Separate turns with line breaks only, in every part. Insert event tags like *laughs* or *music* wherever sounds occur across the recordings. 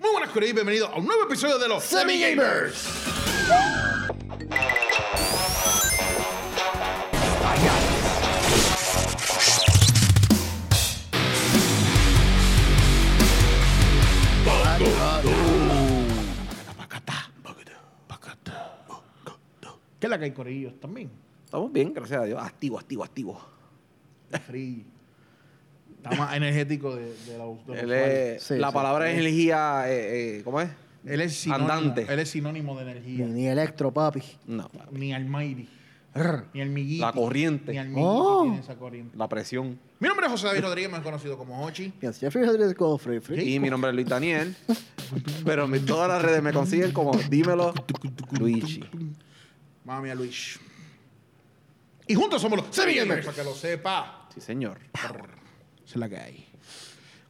Jorge y bienvenido a un nuevo episodio de los
Semi Gamers.
¿Qué es la que hay corillos también?
Estamos bien, gracias a Dios. Activo, activo, activo.
Free. Está más energético de, de la de
Él
los usuarios.
es-
Sí,
la
sí.
palabra es energía, eh, eh, ¿cómo es?
Él es sinónimo,
andante.
Él es sinónimo de energía.
Ni, ni electro, papi.
No,
Ni Almighty,
Rr.
ni Almiguiti.
La corriente.
Ni Almiguiti
Oh.
tiene esa corriente.
la presión.
Mi nombre es José David Rodríguez, más conocido como Hochi.
Piensa, Jeffrey Rodríguez como Free Free.
Y mi nombre es Luis Daniel. pero en todas las redes me consiguen como dímelo Luigi.
Mami a Luis. Y juntos somos los Semi Gamers. Para que lo sepa.
Sí, señor.
Esa es la que hay.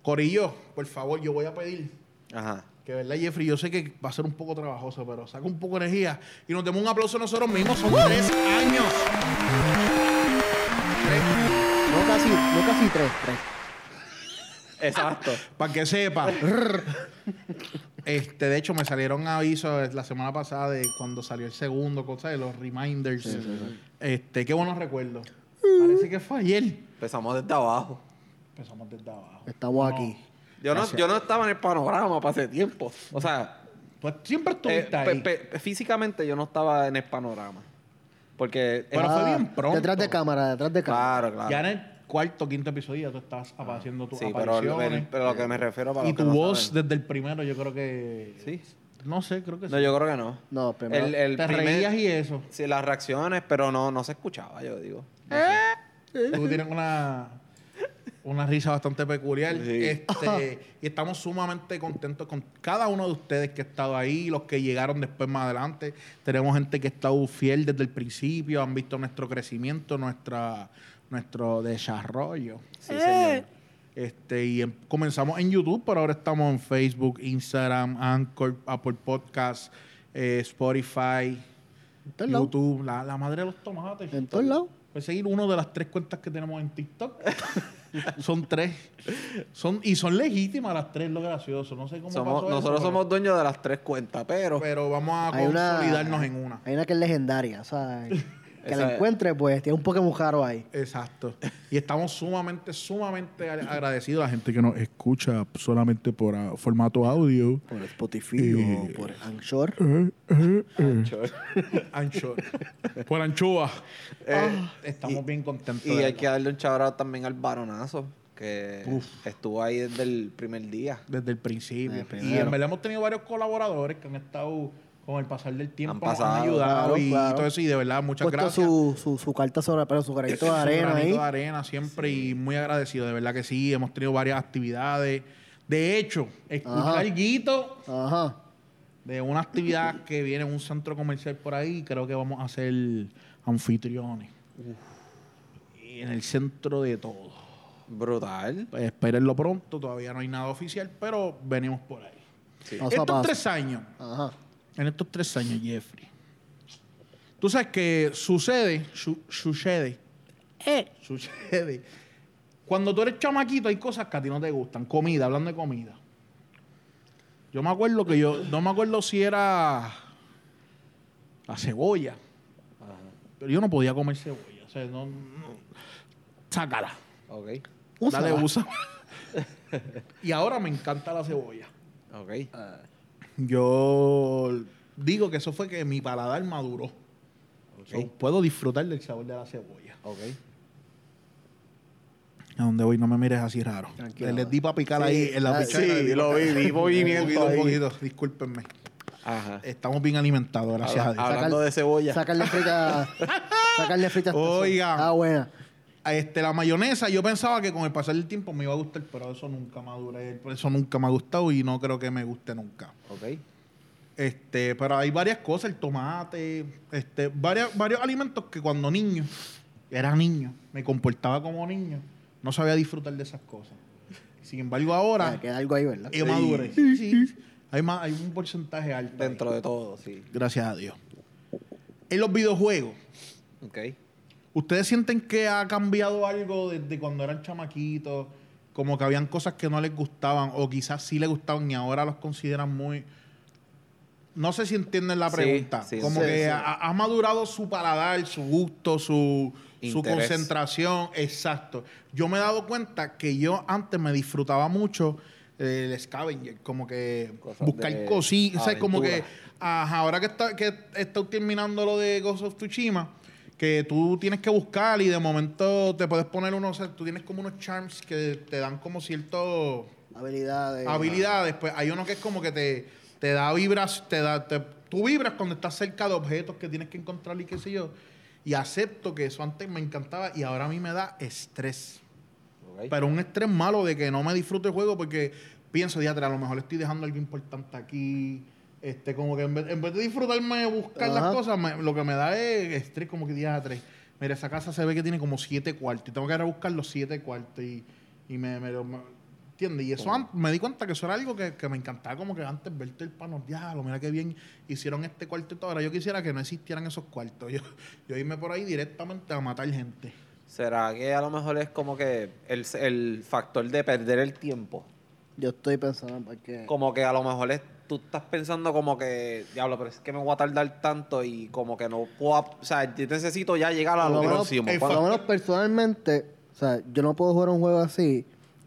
Corillo, por favor, yo voy a pedir
Ajá.
que, ¿verdad, Jeffrey? Yo sé que va a ser un poco trabajoso, pero saca un poco de energía y nos demos un aplauso nosotros mismos. Son tres años.
No casi, no casi tres, tres.
Exacto.
Para que sepa. este, de hecho, me salieron avisos la semana pasada de cuando salió el segundo, cosa de los reminders. Este, qué buenos recuerdos.
Uh.
Parece que fue ayer.
Empezamos desde abajo.
Empezamos desde abajo.
Estamos
No.
aquí.
Yo no, yo no estaba en el panorama para hace tiempo. O sea,
Tú Pues, siempre
eh,
estuviste
pe-
ahí.
pe- físicamente yo no estaba en el panorama. Porque...
Pero fue bien pronto.
Detrás de cámara, detrás de cámara.
claro, claro.
Ya en el cuarto, quinto episodio ya tú estás haciendo tus
Ah. Sí, pero, el-
apariciones.
el- pero lo que me refiero para
y
los que
tu
no
voz
saben.
desde el primero, yo creo que.
Sí.
No sé, creo que sí.
No, yo creo que no.
No, primero-
El, el
Te
primer-
reías y eso.
Sí, las reacciones, pero no, no se escuchaba, yo digo.
Tú tienes una. Una risa bastante peculiar.
Sí. *laughs*
Este, y estamos sumamente contentos con cada uno de ustedes que ha estado ahí, los que llegaron después más adelante. Tenemos gente que ha estado fiel desde el principio, han visto nuestro crecimiento, nuestra, nuestro desarrollo.
Sí, señor.
Este, y em- comenzamos en YouTube, pero ahora estamos en Facebook, Instagram, Anchor, Apple Podcast, eh, Spotify,
En todos lados.
Ah, YouTube, la, la madre de los tomates.
En todos lados.
Voy a seguir uno de las tres cuentas que tenemos en TikTok. *laughs* son tres. Son, y son legítimas las tres, lo gracioso. No sé cómo
Somos-
pasó eso, Pues,
nosotros
pero-
somos dueños de las tres cuentas, pero
Pero vamos a
Hay una-
consolidarnos en una.
Hay una que es legendaria,
*laughs*
o sea, que
Esa es.
la encuentre, pues, tiene un Pokémon caro ahí.
Exacto. Y estamos sumamente, sumamente a- agradecidos a la gente que nos escucha solamente por ah, formato
*laughs*
audio.
Por Spotify
Eh.
o por Anchor.
Ancho. Por anchoa.
Eh,
estamos bien contentos.
y
de
hay que
verdad.
darle un chabrado también al varonazo, que
Uf.
estuvo ahí desde el primer día.
Desde el principio.
Desde el
y
primero.
en verdad hemos tenido varios colaboradores que han estado con el pasar del tiempo,
Han
nos
pasado,
ayudado
claro,
y
claro.
todo eso. Y de verdad, muchas
Puesto
gracias.
su, su, su carta sobre, pero su granito de
Su
arena
granito
ahí.
de arena siempre y muy agradecido. De verdad que sí, hemos tenido varias actividades. De hecho,
Ajá.
escuchar guito
Ajá.
de una actividad que viene en un centro comercial por ahí. Creo que vamos a ser anfitriones. Y en el centro de todo.
Brutal.
Pues espérenlo pronto, todavía no hay nada oficial, pero venimos por ahí.
Paso a
estos
paso.
tres años,
Ajá.
en estos tres años, Jeffrey, tú sabes que sucede, su- sucede, sucede. Cuando tú eres chamaquito hay cosas que a ti no te gustan. Comida, hablando de comida. Yo me acuerdo que yo, no me acuerdo si era la cebolla, pero yo no podía comer cebolla. O sea, no, no- sácala.
Ok.
Dale,
Úsala.
usa. *laughs* y ahora me encanta la cebolla.
Ok.
Yo digo que eso fue que mi paladar maduró.
Ok.
So, puedo disfrutar del sabor de la cebolla.
Ok.
A donde voy no me mires así raro.
Tranquilo.
Les di para picar
Sí,
ahí en la
ah,
pichada.
sí,
Les di pa'
lo vi, vi
*laughs* Un
movimiento
poquito,
ahí.
un poquito, discúlpenme.
Ajá.
Estamos bien alimentados, gracias a Dios.
Habla- Hablando de cebolla.
*laughs*
Sacarle frita. sacarle frita. hasta eso.
Oiga.
Ah, buena.
A Este, la mayonesa, yo pensaba que con el pasar del tiempo me iba a gustar, pero eso nunca maduré. Eso nunca me ha gustado y no creo que me guste nunca.
Ok.
Este, pero hay varias cosas, el tomate, este, varias, varios alimentos que cuando niño, era niño, me comportaba como niño, no sabía disfrutar de esas cosas. Sin embargo, ahora
Ah, queda algo ahí, ¿verdad?
he maduré. Sí, sí. Hay, más, hay un porcentaje alto. ahí.
Dentro de todo, sí.
Gracias a Dios. En los videojuegos,
Ok.
¿ustedes sienten que ha cambiado algo desde cuando eran chamaquitos? como que habían cosas que no les gustaban o quizás sí les gustaban y ahora los consideran muy... No sé si entienden la
Sí,
pregunta.
sí,
como
sí,
que
sí.
Ha, ha madurado su paladar, su gusto, su, su
Interés.
concentración. Exacto. Yo me he dado cuenta que yo antes me disfrutaba mucho eh, el scavenger, como que
Cosas
buscar
de
cosillas, o sea, como que
aventura.
ajá, ahora que está que está terminando lo de Ghost of Tsushima, que tú tienes que buscar y de momento te puedes poner unos, o sea, tú tienes como unos charms que te dan como ciertos
Habilidades.
habilidades, pues hay uno que es como que te, te da vibras, te da, te- tú vibras cuando estás cerca de objetos que tienes que encontrar y qué sé yo. Y acepto que eso antes me encantaba y ahora a mí me da estrés.
Ok.
Pero un estrés malo de que no me disfruto el juego porque pienso, diatra, a lo mejor estoy dejando algo importante aquí. Este, como que en vez, en vez de disfrutarme de buscar
Ajá.
las cosas, me- lo que me da es estrés, como que diatra. Mira, esa casa se ve que tiene como siete cuartos y tengo que ir a buscar los siete cuartos y, y me, me, lo- me- ¿Entiendes? Y eso an- me di cuenta que eso era algo que, que me encantaba, como que antes verte el pano, diablo, mira qué bien hicieron este cuarto y todo. Ahora yo quisiera que no existieran esos cuartos. *laughs* Yo, yo irme por ahí directamente a matar gente.
¿Será que a lo mejor es como que el, el factor de perder el tiempo?
ah, Yo estoy pensando porque.
Como que a lo mejor es, tú estás pensando como que, diablo, pero es que me voy a tardar tanto y como que no puedo, ap- o sea, yo necesito ya llegar a lo
Por lo menos- eh,
próximo.
el
Por
Cuando-
lo menos personalmente, o sea, yo no puedo jugar un juego así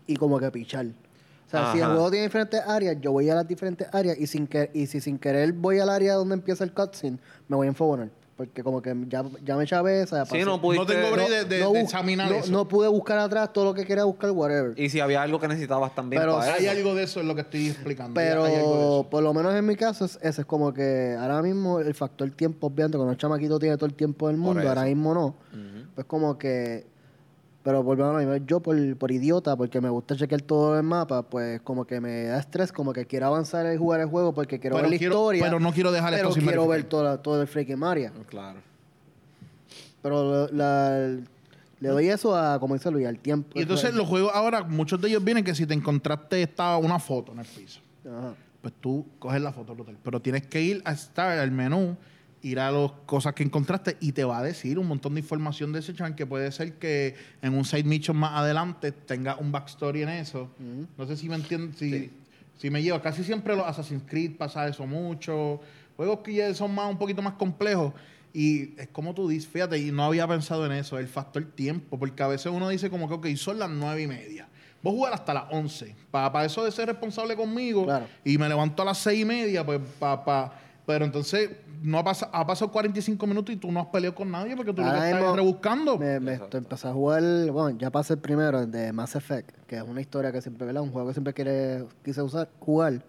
y como que pichar. O sea, si el
Ajá.
juego tiene diferentes áreas, yo voy a las diferentes áreas y sin que, y si sin querer voy al área donde empieza el cutscene, me voy a enfogonar. Porque como que ya, ya me chavé, o sea,
Sí,
pasé-
no pudiste-
No tengo break de, de-
no
de
bus-
examinar
no-
eso.
no pude buscar atrás todo lo que quería buscar, whatever.
Y si había algo que necesitabas también
Pero
para
Hay
eso.
algo de eso en lo que estoy explicando. Hay algo de
Pero
eso.
por lo menos en mi caso, es- ese es como que ahora mismo el factor tiempo, obviamente, cuando el chamaquito tiene todo el tiempo del
Por
mundo, ahora
eso.
mismo no.
Ujú.
Pues como que. Pero por lo menos yo, por, por idiota, porque me gusta chequear todo el mapa, pues como que me da estrés, como que quiero avanzar y jugar el juego porque quiero
Pero
ver la
quiero-
historia.
pero no quiero dejar
pero
esto sin
quiero ver
verificar.
toda, todo el freaking área.
Claro.
Pero la- le doy eso a, como dice Luis, al tiempo. pues,
Y entonces los juegos ahora, muchos de ellos vienen que si te encontraste estaba una foto en el piso,
Ajá.
pues tú coges la foto del hotel. Pero tienes que ir hasta el menú, ir a las cosas que encontraste y te va a decir un montón de información de ese chan que puede ser que en un side mission más adelante tenga un backstory en eso. No sé si me entiendes, si,
Sí.
si me lleva. Casi siempre los Assassin's Creed pasa eso mucho. Juegos que ya son más, un poquito más complejos. Y es como tú dices, fíjate, y no había pensado en eso, el factor tiempo, porque a veces uno dice como que, ok, son las nueve y media. Vos jugar hasta las 11. Para eso de ser responsable conmigo
Claro.
y me levanto a las seis y media, pues, pa, pa- Pero entonces no ha, pasado ha pasado 45 minutos y tú no has peleado con nadie porque tú lo que
Ahora
estás
mismo
rebuscando.
Me, me
Exacto.
empecé a jugar, bueno, ya pasé el primero el de Mass Effect, que es una historia que siempre, ¿verdad? Un juego que siempre quiere, quise usar, jugar,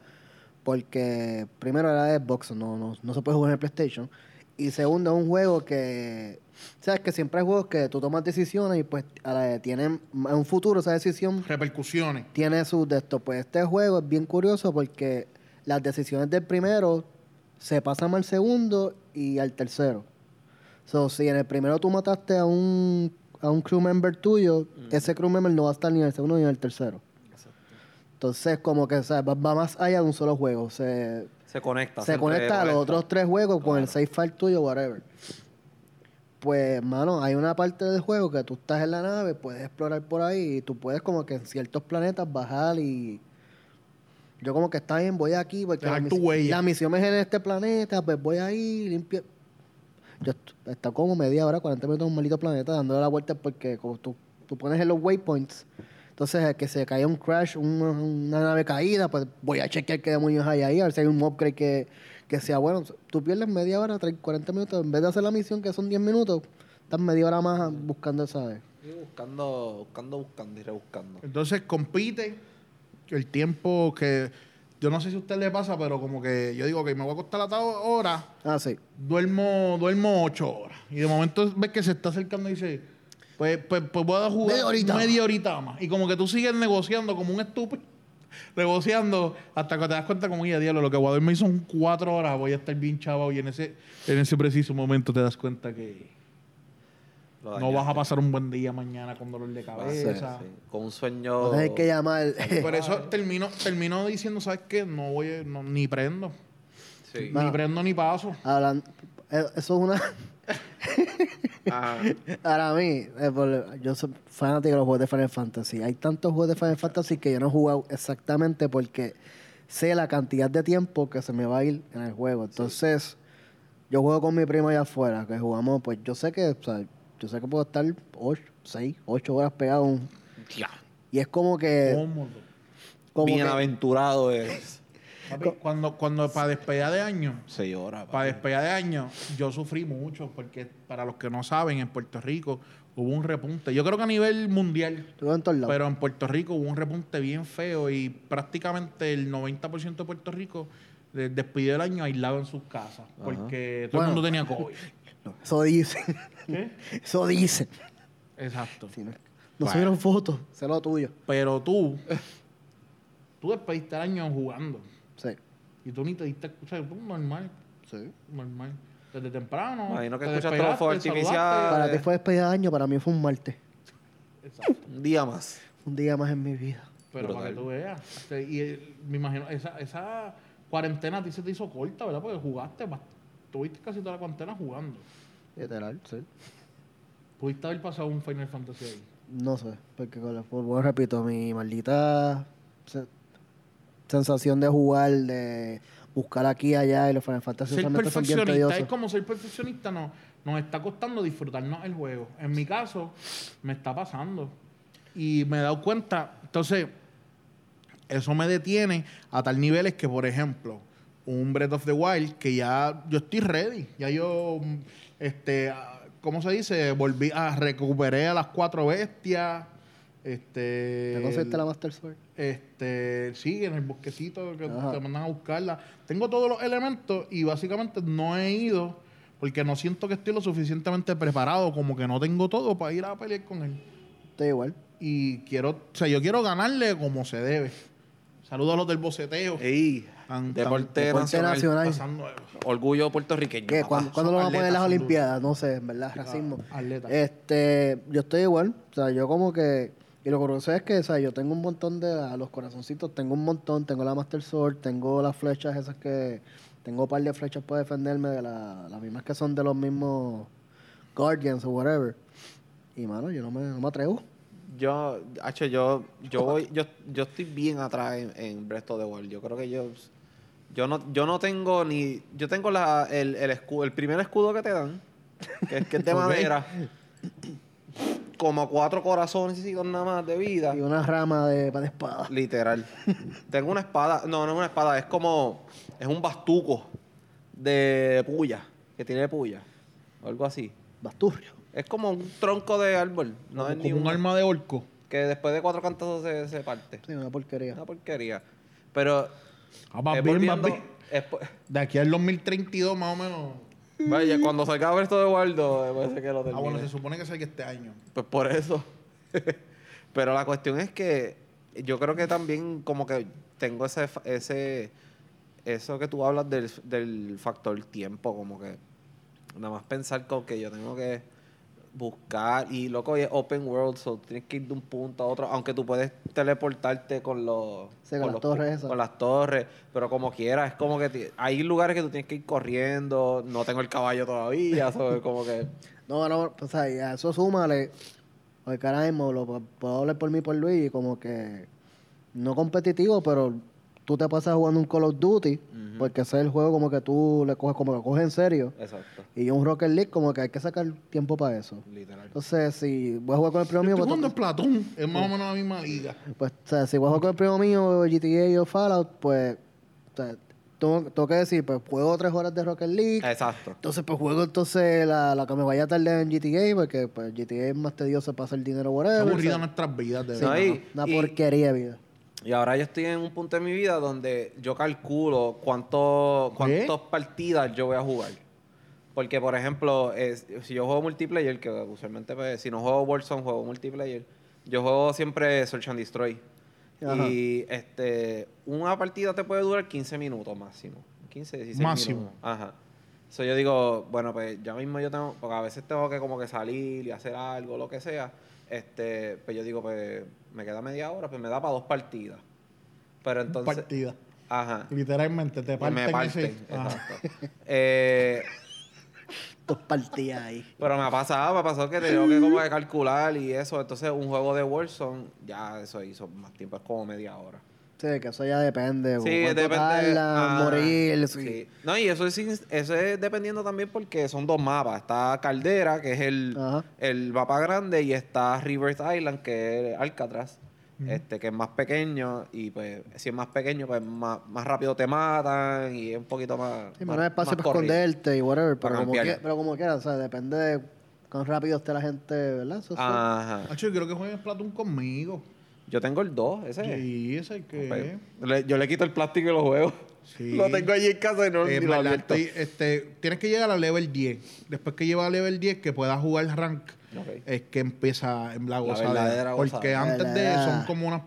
porque primero era de Xbox, no, no, no se puede jugar en el PlayStation. Y segundo, es un juego que, ¿sabes? Que siempre hay juegos que tú tomas decisiones y pues a la- tienen, en un futuro esa decisión
Repercusiones.
tiene sus de esto. Pues este juego es bien curioso porque las decisiones del primero se pasan al segundo y al tercero. So, si en el primero tú mataste a un, a un crew member tuyo, ese crew member no va a estar ni en el segundo ni en el tercero. Entonces, como que o sea, va, va más allá de un solo juego. Se,
Se conecta.
se conecta a los
entreconecta.
otros tres juegos con el
Claro.
safe file tuyo, whatever. Pues, mano, hay una parte del juego que tú estás en la nave, puedes explorar por ahí y tú puedes como que en ciertos planetas bajar y... Yo como que está bien, voy aquí porque
Dejar tu
misi-
huella.
la misión es en este planeta, pues voy ahí, limpio... Yo est- está como media hora, 40 minutos en un maldito planeta dándole la vuelta porque como tú, tú pones en los waypoints, entonces el que se cae un crash, un- una nave caída, pues voy a chequear qué demonios hay ahí, a ver si hay un upgrade que, que sea bueno. Tú pierdes media hora, tre- 40 minutos, en vez de hacer la misión que son 10 minutos, estás media hora más buscando esa...
Y Buscando, buscando, buscando y rebuscando.
Entonces compite el tiempo que. Yo no sé si a usted le pasa, pero como que yo digo que me voy a acostar a tal hora,
Ah, sí.
duermo, duermo ocho horas. Y de momento ves que se está acercando y dice, pues, pues, pues voy a jugar
Media horita más.
media horita más. Y como que tú sigues negociando como un estúpido, *laughs* negociando hasta que te das cuenta como, ya diablo, lo que voy a dormir son cuatro horas, voy a estar bien chavo y en ese, en ese preciso momento te das cuenta que
Lo
no
dañaste.
vas a pasar un buen día mañana con dolor de
Oh, Va a ser,
cabeza.
sí. Con un sueño.
No tienes que llamar...
Por eso termino, termino diciendo, ¿sabes qué? No voy, a- no, ni prendo.
*laughs*
Sí.
Ni prendo ni paso.
Hablan- eh, eso es una.
Ajá.
Para mí, eh, por- yo soy fanático de los juegos de Final Fantasy. Hay tantos juegos de Final Fantasy que yo no he jugado exactamente porque sé la cantidad de tiempo que se me va a ir en el juego. Entonces, yo juego con mi primo allá afuera, que jugamos, pues yo sé que, o sea, yo sé que puedo estar 8, 6, 8 horas pegado. a un-
Ya.
Y es como que.
Cómodo.
Como que-
Bienaventurado es.
Papi, cuando, cuando para despegar de año,
Seis horas.
para
papi.
despegar de año, yo sufrí mucho porque para los que no saben, en Puerto Rico hubo un repunte. Yo creo que a nivel mundial,
Yo veo en todos lados.
pero en Puerto Rico hubo un repunte bien feo y prácticamente el 90% de Puerto Rico de- despidió el año aislado en sus casas porque todo el
Bueno.
mundo tenía
*laughs*
COVID.
Eso dicen. *laughs* Eso dicen.
Exacto.
Sí, no
Bueno.
no subieron fotos. Sé lo tuyo.
Pero tú, tú despediste el año jugando
Sí.
y tú ni te diste, o sea, tú normal.
Sí.
Normal. Desde temprano.
Imagino que
te
escuchaste
despegaste,
los fuegos
saludaste.
artificiales.
Para
Eh.
ti fue despedida de año, para mí fue un martes.
Exacto.
Un día más.
Un día más en mi vida.
Pero para
Brutal.
que tú veas. Este, Y eh, me imagino, esa, esa cuarentena a ti se te hizo corta, ¿verdad? Porque jugaste, bast- tuviste casi toda la cuarentena jugando.
Literal, sí.
Pudiste haber pasado un Final Fantasy ahí.
No sé, porque con la fútbol, repito, mi maldita se- sensación de jugar, de buscar aquí y allá y los Final Fantasy
Ser
usualmente son bien
perfeccionista, es
tediosos.
como ser perfeccionista, no, nos está costando disfrutarnos el juego. En mi caso, me está pasando. Y me he dado cuenta, entonces, eso me detiene a tal niveles que, por ejemplo, un Breath of the Wild, que ya yo estoy ready, ya yo, mm, este, ah, ¿cómo se dice? Volví a recuperé a las cuatro bestias. Este,
¿Te conseguiste la Master Sword?
este, sí, en el bosquecito que
Ajá.
te mandan a buscarla. Tengo todos los elementos y básicamente no he ido porque no siento que estoy lo suficientemente preparado, como que no tengo todo para ir a pelear con él.
Estoy igual.
Y quiero, o sea, yo quiero ganarle como se debe. Saludos a los del boceteo.
Ey,
Tan- tan-
deporte,
deporte
nacional.
nacional.
Pasando,
Orgullo puertorriqueño.
¿Qué?
papá.
¿Cuándo, cuándo lo van a
atletas,
poner en las
son duros.
Olimpiadas? No sé, en verdad, racismo.
atleta.
Eh,
Este, yo estoy igual. O sea, yo como que. Y lo curioso es que, o sea, yo tengo un montón de. A los corazoncitos tengo un montón. Tengo la Master Sword, tengo las flechas esas que. Tengo un par de flechas para defenderme de la- las mismas que son de los mismos Guardians o whatever. Y mano, yo no me, no me atrevo.
Yo, hacho, yo, yo voy, yo, yo estoy bien atrás en, en Breath of the Wild. Yo creo que yo, yo no, yo no tengo ni, yo tengo la, el, el escudo, el primer escudo que te dan, que es que es
*laughs*
de
Ok.
madera, como cuatro corazones y nada más de vida.
Y una rama de, para de espada.
Literal. Tengo una espada. No, no es una espada, es como. Es un bastuco de puya. Que tiene puya. O algo así.
Basturrio.
Es como un tronco de árbol. No es ni
como un
un-
arma de orco.
Que después de cuatro cantazos se, se parte.
Sí, una porquería.
Una porquería. Pero.
Ah, más
es
bien, más
Eh, volviendo-
bien.
es po- *laughs*
De aquí al 2032 más o menos.
Vaya, cuando salga esto de Waldo, eh, parece que lo
Ah, bueno,
termine.
se supone que salga este año.
Pues por eso. *laughs* Pero la cuestión es que yo creo que también como que tengo ese, fa- ese eso que tú hablas del, del factor tiempo, como que nada más pensar con que yo tengo que buscar y loco y es open world, so tienes que ir de un punto a otro, aunque tú puedes teleportarte con los
Sí, con las
los-
torres esas.
con las torres, pero como quieras, es como que ti- hay lugares que tú tienes que ir corriendo, no tengo el caballo todavía, *laughs* so, como que
No, no, o sea, y a eso súmale. Porque ahora mismo lo puedo hablar por mí y por Luis, y como que no competitivo, pero tú te pasas jugando un Call of Duty, porque ese es el juego como que tú le coges, como que coges en serio.
exacto,
Y un Rocket League, como que hay que sacar tiempo para eso.
literal.
Entonces, si voy a jugar con el primo
Estoy
mío, pues,
jugando en este Platón. Es más o menos la misma liga.
pues, o sea, si voy a jugar con el primo mío, GTA o Fallout, pues, o sea, tengo, tengo que decir, pues juego tres horas de Rocket League,
Exacto.
Entonces, pues juego entonces la, la que me vaya a tardar en GTA, porque pues, GTA es más tedioso para hacer dinero,
Qué
whatever.
aburrida
o sea,
nuestras vidas, de
sí,
verdad.
No, y-
una porquería, vida.
Y ahora yo estoy en un punto de mi vida donde yo calculo cuánto, cuántas partidas yo voy a jugar. Porque, por ejemplo, es- si yo juego multiplayer, que usualmente pues, si no juego Warzone, juego multiplayer, yo juego siempre Search and Destroy.
Ajá.
Y este una partida te puede durar 15 minutos máximo. 15, 16
Máximo.
minutos. Ajá. So, yo digo, bueno, pues ya mismo yo tengo, porque a veces tengo que como que salir y hacer algo, lo que sea. Este, pues yo digo, pues me queda media hora, pues me da para dos partidas. Pero entonces,
partida.
Ajá.
Literalmente te
Que
parten.
me
ese-
parten.
Ajá.
Exacto. *laughs* Eh,
Dos partidas ahí.
pero me ha pasado, me ha pasado que tengo que como que calcular y eso. Entonces, un juego de Warzone, ya eso hizo más tiempo, es como media hora.
Sí, que eso ya depende.
Sí,
cuánto
depende.
tarda,
ah,
morir.
sí.
Sí.
No, y eso es, sin- eso es dependiendo también porque son dos mapas. Está Caldera, que es el,
Ajá.
el mapa grande, y está Rivers Island, que es Alcatraz, este, que es más pequeño. Y pues, si es más pequeño, pues más, más rápido te matan y es un poquito más.
Sí,
más-
menos espacio
más
para
corrido.
esconderte y whatever.
Para
Pero como,
campear.
que, pero como quiera, o sea, depende de cuán rápido esté la gente, ¿verdad? Eso, sí.
Ajá.
Hacho, yo quiero que jueguen Splatoon conmigo.
Yo tengo el 2, ese. es.
Sí, ese que.
Pues, le- yo le quito el plástico y lo juego.
Sí.
*laughs* Lo tengo allí en casa y no
Eh,
ni lo
verdad,
abierto.
estoy- este, tienes que llegar a level 10. Después que lleva a level 10, que puedas jugar rank,
Ok.
es que empieza en la
verdadera
gozadera. Porque
gozadera.
antes de
Verdad.
son como unas.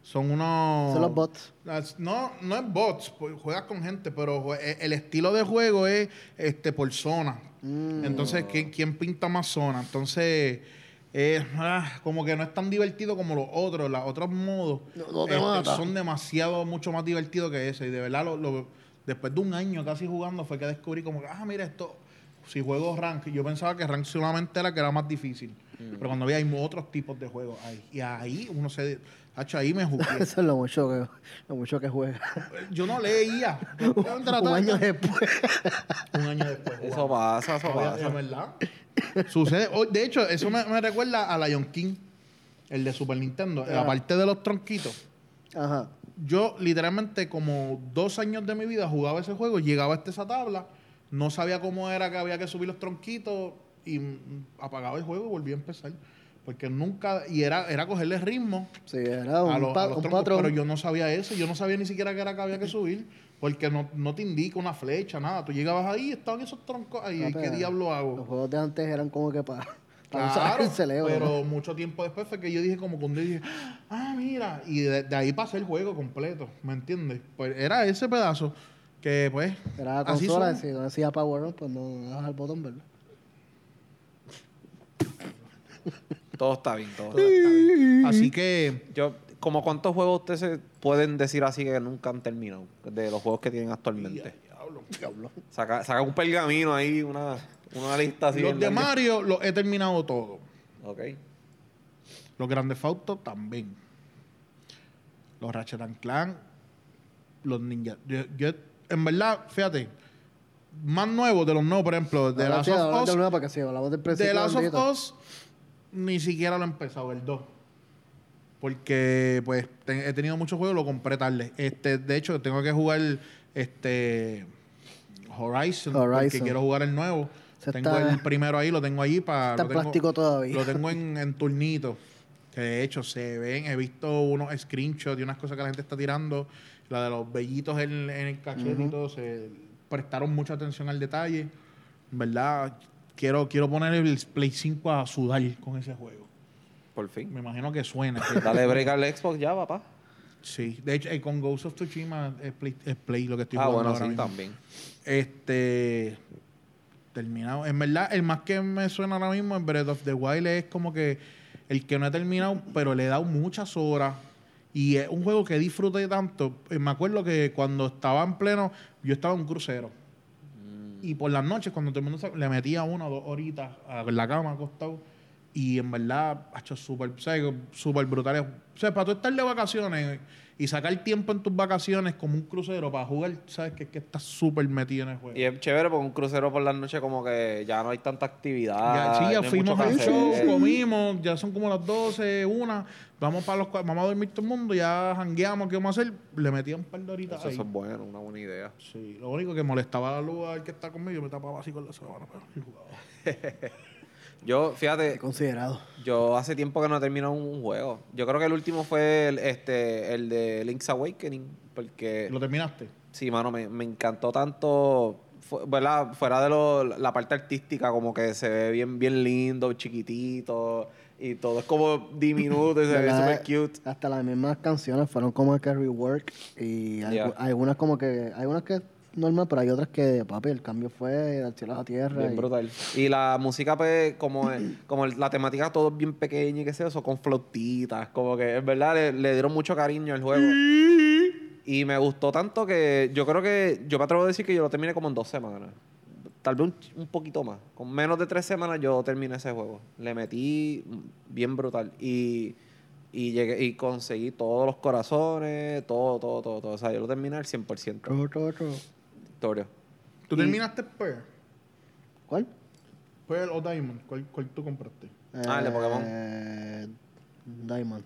Son unos.
Son los bots. *laughs*
Las- No, no es bots, pues, juegas con gente, pero jue- e- el estilo de juego es este por zona.
Mm.
Entonces, ¿quién, quién pinta más zona? Entonces, eh, ah, como que no es tan divertido como los otros, los otros modos este,
No, no te mata.
son demasiado, mucho más divertidos que ese. Y de verdad, lo- lo- después de un año casi jugando fue que descubrí como que, ah, mira esto, si juego rank, yo pensaba que rank solamente era que era más difícil.
Mm.
Pero cuando vi hay otros tipos de juegos ahí. Y ahí uno se... Hacho, ahí me
*laughs*
jugué.
Eso es lo mucho que, lo mucho que juega.
Yo no leía.
un
Un
año después.
Un año después.
Eso pasa, eso
Había-
pasa.
es verdad. Sucede. hoy- De hecho, eso me, me recuerda a Lion King, el de Super Nintendo.
Ah.
Aparte de los tronquitos,
Ajá.
yo literalmente como dos años de mi vida jugaba ese juego, llegaba hasta esa tabla, no sabía cómo era que había que subir los tronquitos y mm, apagaba el juego y volví a empezar. Porque nunca, y era, era cogerle ritmo
Sí, era
a
un,
los-
pa-
a los
un
troncos,
patrón.
pero yo no sabía eso, yo no sabía ni siquiera que era que había que subir, porque no, no te indica una flecha, nada. Tú llegabas ahí, estaban esos troncos ahí,
Ah,
¿qué
pero
diablo hago?
Los juegos de antes eran como que para, *laughs* para usar
Claro,
el cerebro.
pero mucho tiempo después fue que yo dije como cuando dije, ah, mira, y de, de ahí pasé el juego completo, ¿me entiendes? Pues era ese pedazo que pues...
Era la
así
consola,
son.
si no decía Power On, pues no dabas al botón, ¿verdad?
Todo está bien, todo está bien.
Así que
Yo, como cuántos juegos ustedes se pueden decir así que nunca han terminado de los juegos que tienen actualmente. Saca, saca un pergamino ahí, una, una lista así.
los
bien
de
larga.
Mario los he terminado todo.
Ok.
Los Grandes Fautos también. Los Ratchet and Clan. Los Ninja. Yo, yo, en verdad, fíjate, más nuevos de los nuevos, por ejemplo, de
Ahora
Last
sí, ahora
of
de
Us.
nuevo, porque sí, hablamos del
De
principio,
Last of
bendito.
Us ni siquiera lo he empezado, el 2. Porque pues te- he tenido muchos juegos, lo compré tarde. Este, de hecho, tengo que jugar este Horizon, porque
Horizon.
quiero jugar el nuevo.
Se
tengo
está-
el primero ahí, lo tengo ahí para. Ah,
Está en
lo tengo-
plástico todavía.
Lo tengo en, en turnito. Que de hecho se ven, he visto unos screenshots de unas cosas que la gente está tirando. La de los vellitos en, en el cachete y todo. Se prestaron mucha atención al detalle. En ¿Verdad? Quiero, quiero poner el Play 5 a sudar con ese juego.
Por fin.
Me imagino que
*laughs*
suena. que-
Dale break al Xbox ya, papá.
Sí. De hecho, eh, con Ghost of Tsushima es Play, es Play lo que estoy
ah,
jugando
bueno, sí,
ahora mismo.
también.
Este. Terminado. En verdad, el más que me suena ahora mismo en Breath of the Wild es como que el que no he terminado, pero le he dado muchas horas. Y es un juego que disfruté tanto. Eh, Me acuerdo que cuando estaba en pleno, yo estaba en un crucero. Y por las noches, cuando todo el mundo se- le metía una o dos horitas a la cama acostado. Y en verdad, ha hecho súper o sea, súper brutal. O sea, para tú estar de vacaciones y sacar tiempo en tus vacaciones como un crucero para jugar, sabes que, es que estás súper metido en el juego.
Y es chévere porque un crucero por la noche como que ya no hay tanta actividad.
Ya, sí, ya
Ah, no hay
fuimos
mucho
a
Eh. que
un show,
hacer.
comimos, ya son como las 12, una, vamos para los cua- vamos a dormir todo el mundo, ya jangueamos, ¿qué vamos a hacer? Le metía un par de horitas
Eso,
ahí.
eso es bueno, una buena idea.
Sí, lo único que molestaba la luz al que está conmigo, yo me tapaba así con la sábana, pero yo jugaba.
Yo, fíjate,
Considerado.
yo hace tiempo que no he terminado un, un juego. Yo creo que el último fue el, este, el de Link's Awakening. Porque...
¿Lo terminaste?
Sí, mano, me, me encantó tanto, fu- ¿verdad? Fuera de lo- la parte artística, como que se ve bien, bien lindo, chiquitito, y todo es como diminuto, y se ve súper
¿Verdad?
cute.
Hasta las mismas canciones fueron como que rework y algu-
Ya.
algunas como que, algunas que normal, pero hay otras que, papi, el cambio fue del cielo a la tierra.
Bien
y-
brutal. Y la música, pues, como, el- como el- la temática todo es bien pequeña y qué sé yo, eso, con flotitas, como que, en verdad, le, le dieron mucho cariño al juego. Y me gustó tanto que yo creo que, yo me atrevo a decir que yo lo terminé como en dos semanas. Tal vez un, un poquito más. Con menos de tres semanas yo terminé ese juego. Le metí bien brutal. Y, y llegué y conseguí todos los corazones, todo, todo, todo, todo. O sea, yo lo terminé al 100%.
Tro, tro, tro.
Victorio.
¿Tú terminaste Pearl?
¿Cuál?
Pearl o Diamond. ¿Cuál, cuál tú compraste?
Ah, el de Pokémon.
Eh, Diamond,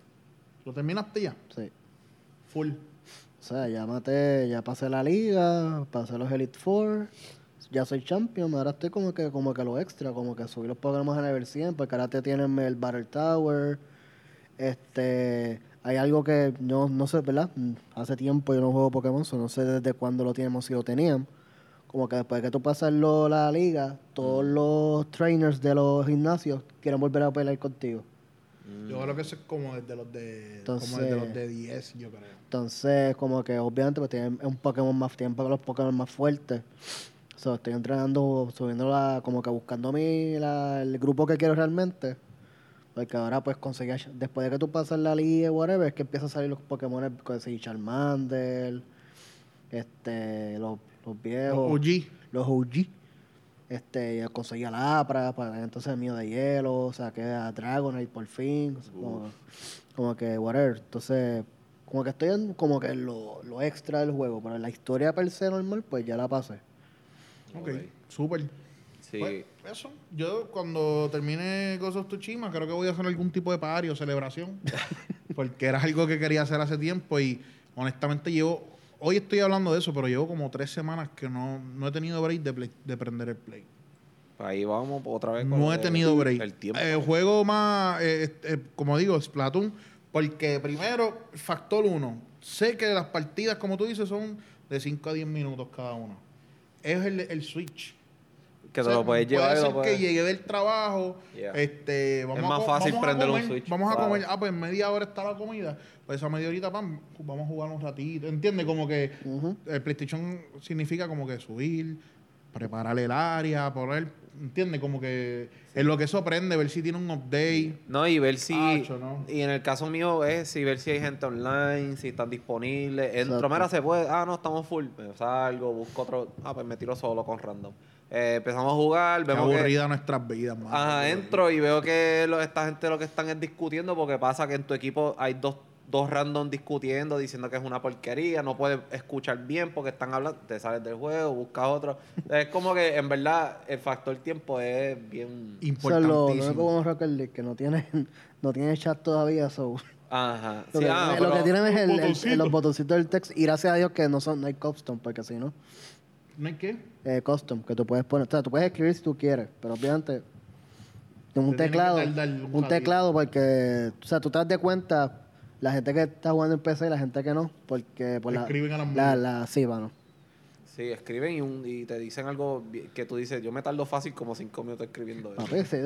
¿Lo terminaste ya?
sí.
Full.
O sea, ya maté, ya pasé la liga, pasé los Elite Four, ya soy champion, ahora estoy como que como que lo extra, como que subí los programas a nivel pues 100, porque ahora te tienen el Battle Tower, este, hay algo que no, no sé, ¿verdad? Mm, Hace tiempo yo no juego Pokémon, so no sé desde cuándo lo tenemos, si lo tenían. Como que después de que tú pasas lo- la liga, todos los trainers de los gimnasios quieren volver a pelear contigo.
Mm.
Yo creo que eso es como desde los de. como desde
Entonces-
los de 10, yo creo.
Entonces, como que obviamente, pues tienen un Pokémon más tiempo que los Pokémon más fuertes. So, estoy entrenando, subiendo la, como que buscando mi, la- el grupo que quiero realmente. Porque ahora, pues, conseguí, a Ch- después de que tú pasas la liga, whatever, es que empiezan a salir los Pokémon, conseguí Charmander, este, los, los
Los
viejos,
OG.
los OG. Este, ya conseguí a Lapra, para pues, entonces mío de hielo, saqué a Dragonite por fin, como, como que whatever. Entonces, como que estoy en como que lo, lo extra del juego, pero la historia per se normal, pues ya la pasé.
Ok,
Ok.
súper.
Sí.
Pues,
Este,
eso. Yo cuando termine Ghost of Tsushima creo que voy a hacer algún tipo de party o
*laughs*
celebración. porque era algo que quería hacer hace tiempo y honestamente llevo... Hoy estoy hablando de eso, pero llevo como tres semanas que no, no he tenido break de, play- de prender el play.
Ahí vamos otra vez. con
No
lo
he
de-
tenido break.
El tiempo.
Eh, juego más, eh, eh, como digo, Splatoon, porque primero, factor uno, sé que las partidas, como tú dices, son de 5 a 10 minutos cada una. Es el, el Switch.
que te
O sea,
lo puedes llevar.
Puede
y
ser
lo puedes-
que llegue del trabajo.
Yeah.
Este, vamos
Es más
a co-
fácil
vamos a
prender un
comer,
switch,
Vamos a
claro.
comer. Ah, pues en media hora está la comida. Pues a media horita, pam, vamos a jugar un ratito. ¿Entiendes? Como que
Ujú.
el PlayStation significa como que subir, preparar el área, poner. ¿Entiendes? Como que en lo que eso aprende, ver si tiene un update.
No, y ver si.
Acho, no.
Y en el caso mío es si ver si hay gente online, si están disponibles. Entro,
Exacto.
mira, se puede. Ah, no, estamos full. Me salgo, busco otro. Ah, pues me tiro solo con random. Eh, empezamos a jugar,
Qué
vemos. que-
aburrida nuestras vidas, mano.
Ajá, eh. entro y veo que lo- esta gente lo que están es discutiendo porque pasa que en tu equipo hay dos, dos random discutiendo, diciendo que es una porquería, no puedes escuchar bien porque están hablando, te sales del juego, buscas otro. es como que en verdad el factor tiempo es bien...
O sea, lo- lo, único
Importantísimo.
con Rocket League que no tiene, *laughs* no tiene chat todavía, so.
Ajá.
Lo,
Sí,
que,
ah,
tiene- lo
pero-
que tienen es el- el-
Botoncito.
los botoncitos del text y gracias a Dios que no son, no hay custom, porque si no,
¿No hay qué?
eh, custom, que tú puedes poner, o sea, tú puedes escribir si tú quieres, pero obviamente con un
Te tiene que
teclado,
tardar un
un,
ratito.
teclado porque, o sea, tú te das de cuenta la gente que está jugando en PC y la gente que no, porque por la,
Escriben a las
la,
manos.
la- sí, mano.
Sí, escriben y, un- y te dicen algo bi- que tú dices, yo me tardo fácil como cinco minutos escribiendo eso.
Papi, sí.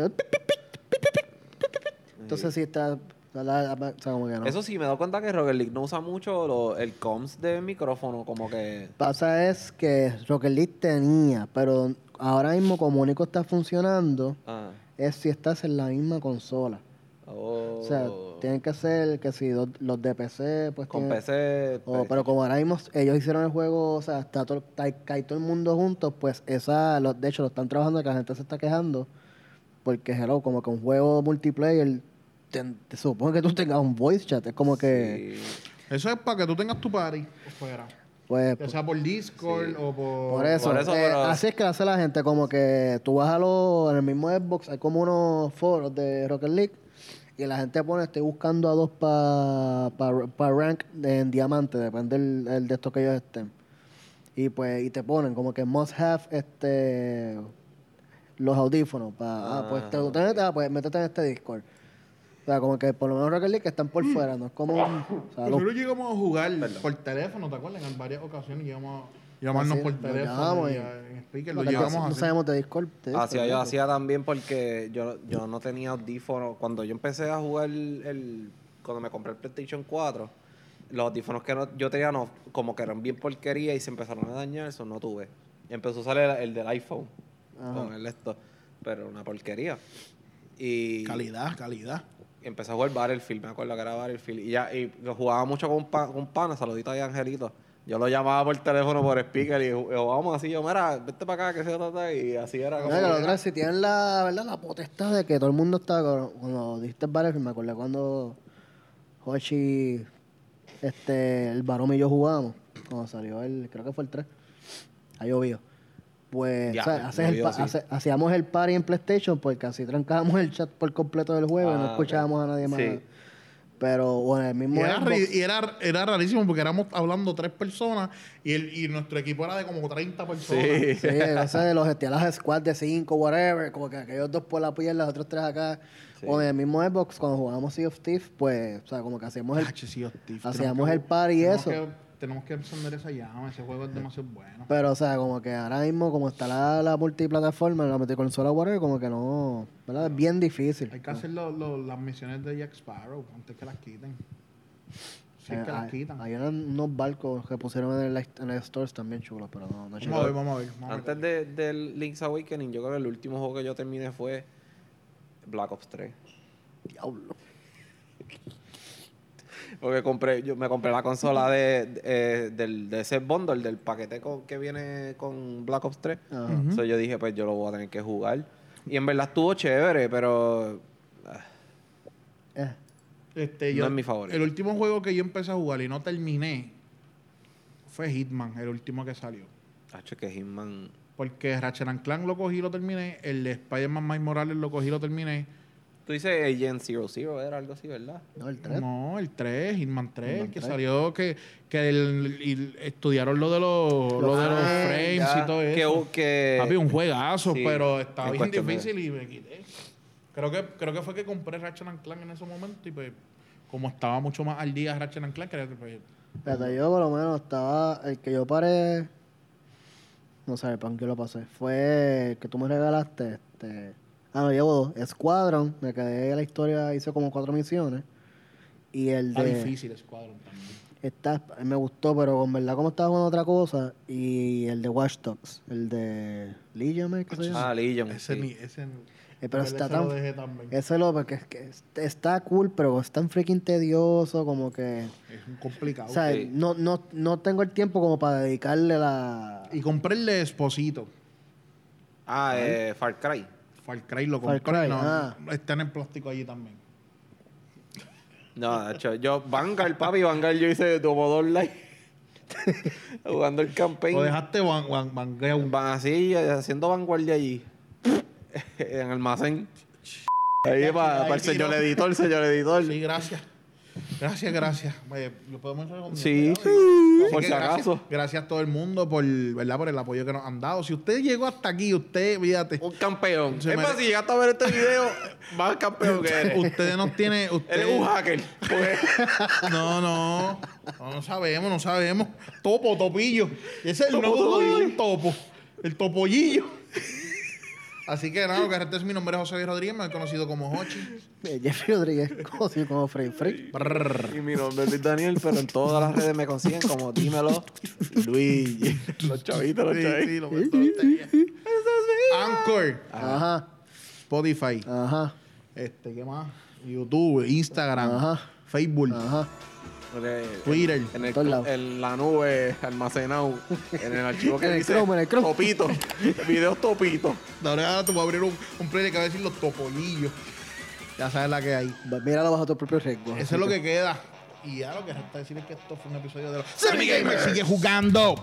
Entonces sí está, la- la- la- o sea, como que no.
Eso sí, me he dado cuenta que Rocket League no usa mucho lo- el comms de micrófono, como que...
pasa es que Rocket League tenía, pero ahora mismo como único está funcionando
Ah,
es si estás en la misma consola.
oh,
O sea, tienen que ser que si dos- los de PC, pues
con pues,
tienen-
PC...
o-
pe-
pero como ahora mismo ellos hicieron el juego, o sea, está todo, está- cae todo el mundo juntos, pues esa, los, de hecho, lo están trabajando, que la gente se está quejando, porque, hello, como que un juego multiplayer, te, te supone que tú tengas un voice chat, es como que,
Sí.
Eso es para que tú tengas tu party fuera.
pues,
Ya sea por Discord
Sí.
o por.
Por eso,
Por eso,
eh,
pero-
así es que hace la gente, como que tú vas a los, en el mismo Xbox, hay como unos foros de Rocket League, y la gente pone, estoy buscando a dos para pa, pa rank en diamante, depende el, el de estos que ellos estén. Y pues, y te ponen como que must have este los audífonos para, ah, pues, te,
Ah,
te- ah, pues métete en este Discord. O sea, como que por lo menos Rocket League están
Mm.
por fuera, no es como... un- salud.
Nosotros llegamos a jugar por teléfono, ¿te acuerdas? En varias ocasiones llegamos a llamarnos
Así,
por
lo
teléfono.
llamamos
y
y-
a- en speaker
no,
lo
que
llevamos a
no
hacer.
sabemos de Discord. de
Hacía
Discord,
yo
¿no?
hacía también porque yo, yo no tenía audífonos. Cuando yo empecé a jugar el, el- cuando me compré el PlayStation 4, los audífonos que no- yo tenía no, como que eran bien porquería y se empezaron a dañar, eso no tuve. Empezó a usar el, el del iPhone
Ajá.
con el esto, pero una porquería. Y
Calidad, calidad.
empecé a jugar Battlefield, me acuerdo que era Battlefield. Y ya, y lo jugaba mucho con, un pa- con un pana, saludito ahí Angelito. Yo lo llamaba por teléfono por speaker y yo, vamos así, yo, mira, vete para acá, que se trata, y así era como.
Mira, que
que-
los otros si tienen la, ¿verdad? la potestad de que todo el mundo está. Cuando, cuando dijiste Battlefield, me acordé cuando Hoshi, este, el varón y yo jugábamos. Cuando salió el, creo que fue el 3. Ha llovido. Pues,
Ya,
o sea,
ha
haces el
llovido,
pa-
sí.
hace- hacíamos el party en PlayStation porque así trancábamos el chat por completo del juego y no
Ah, ok.
escuchábamos a nadie más.
Sí.
Pero, bueno, el
Y
mismo.
era,
Xbox-
ri- y era, era rarísimo porque éramos hablando tres personas y, el, y nuestro equipo era de como 30 personas.
Sí.
*laughs*
Sí, no sé, los estelajes squad de 5, whatever, como que aquellos dos por la piel, los otros tres acá.
Sí.
O en el mismo Xbox, cuando jugábamos Sea of Thieves, pues, o sea, como que hacíamos el...
Ah, che, sí, hostia,
Hacíamos
tenemos que-
el par y
tenemos
eso.
que- tenemos que encender esa llama, ese juego es demasiado bueno.
Pero, o sea, como que ahora mismo, como está la, la multiplataforma, la multiconsola, whatever, como que no... ¿Verdad? Es bien difícil.
Hay que hacer lo- lo- las misiones de Jack Sparrow antes que las quiten. Si
Eh,
es que las
hay-
quitan.
Hay unos- unos barcos que pusieron en el, en el stores también chulos, pero no, no
Vamos a ver,
llegaron.
vamos a ver. vamos a ver.
Antes de, del Link's Awakening, yo creo que el último juego que yo terminé fue Black Ops 3.
Diablo.
Porque compré, yo me compré la consola de, de- eh, del, de ese bundle, del paquete con- que viene con Black Ops 3.
Ajá.
Ujú.
So, yo dije, pues yo lo voy a tener que jugar. Y en verdad estuvo chévere, pero ah,
Eh,
Este,
No
yo-
es mi favorito.
El último juego que yo empecé a jugar y no terminé fue Hitman, el último que salió.
hacho que Hitman.
Porque Ratchet and Clank lo cogí y lo terminé. El de Spider-Man Miles Morales lo cogí y lo terminé.
Tú dices Agent Zero Zero, era algo así, ¿verdad?
no, el 3.
No, el 3, Hitman 3, el
Hitman
que
3.
salió, que, que el- y estudiaron lo de los, lo
Los
de los
frames,
frames y todo
Ah, Que,
eso.
hu- que
Papi, un juegazo,
Sí,
pero estaba
en
bien
cuestión de-
difícil y me quité. Creo que, creo que fue que compré Ratchet and Clank en ese momento y pues como estaba mucho más al día Ratchet and Clank, creo que pues,
Pero yo por lo menos estaba. El que yo paré. No sé, ¿para qué lo pasé? Fue el que tú me regalaste. Este, ah, no, llevo dos. Escuadron, me quedé en la historia, hice como cuatro misiones. Y el
está
de.
difícil Squadron también.
Está, me gustó, pero con verdad, como estaba jugando otra cosa. Y el de Watch Dogs, el de Legion, ¿eh? ¿qué se llama?
Ah, Legion.
Ese
sí.
ni, ese ni-
Eh, pero
ese
está
lo
tan.
dejé también. Es,
Ese lo, porque es que está cool, pero es tan freaking tedioso, como que.
un complicado.
O sea,
Sí.
no, no, no tengo el tiempo como para dedicarle la. *laughs*
y compré el de Esposito.
Ah, eh, Far Cry.
Far Cry lo
Far
compré.
Cry,
no,
ah.
Están en plástico allí también.
No, hecho, yo, Vanguard, papi, Vanguard, yo hice como dos likes *laughs* jugando el campaign.
Lo dejaste van, van, van,
Van así, eh, haciendo vanguardia allí, *laughs* en almacén. Ahí para
ahí
el
tiró.
señor editor, señor editor.
Sí, graras. Gracias, gracias. Eh, ¿Lo podemos hacer con
Sí.
Así que
Por si
gracias-
acaso.
Gracias a todo el mundo por, ¿verdad? por el apoyo que nos han dado. Si usted llegó hasta aquí, usted, fíjate,
Un campeón.
Se
es
mere-
más, si llegaste a ver este video, más campeón que eres.
usted no tiene...
*laughs* Eres
Usted,
un hacker. porque-
no, no, no, no sabemos, no sabemos. Topo, topillo. Ese es el
Topo,
nuevo
topillo.
el topo. El topollillo. Así que nada, lo que resta es mi nombre es José Luis Rodríguez, me he conocido como Hochi.
Eh, Jeffrey Rodríguez, *laughs* conocido como Frey Frey.
Brrr.
Y mi nombre es Luis Daniel, pero en todas las redes me consiguen como dímelo, Luis. Los chavitos, los
Sí,
chavitos.
sí, lo meto ahorita ya. Anchor,
Ajá,
Spotify.
ajá,
Este, ¿qué más? YouTube, Instagram,
Ajá.
Facebook,
ajá.
Twitter.
En, el,
todos lados.
en la nube, almacenado, en el archivo que
En el
dice
Chrome, en el Chrome.
Topito, videos Topito.
Ahora te voy a abrir un, un playlist que va a decir los topolillos. Ya sabes la que hay.
Va- Míralo bajo tu propio riesgo.
Eso es lo que queda. Y ya lo que resta decir es que esto fue un episodio de los Semi Gamer sigue jugando.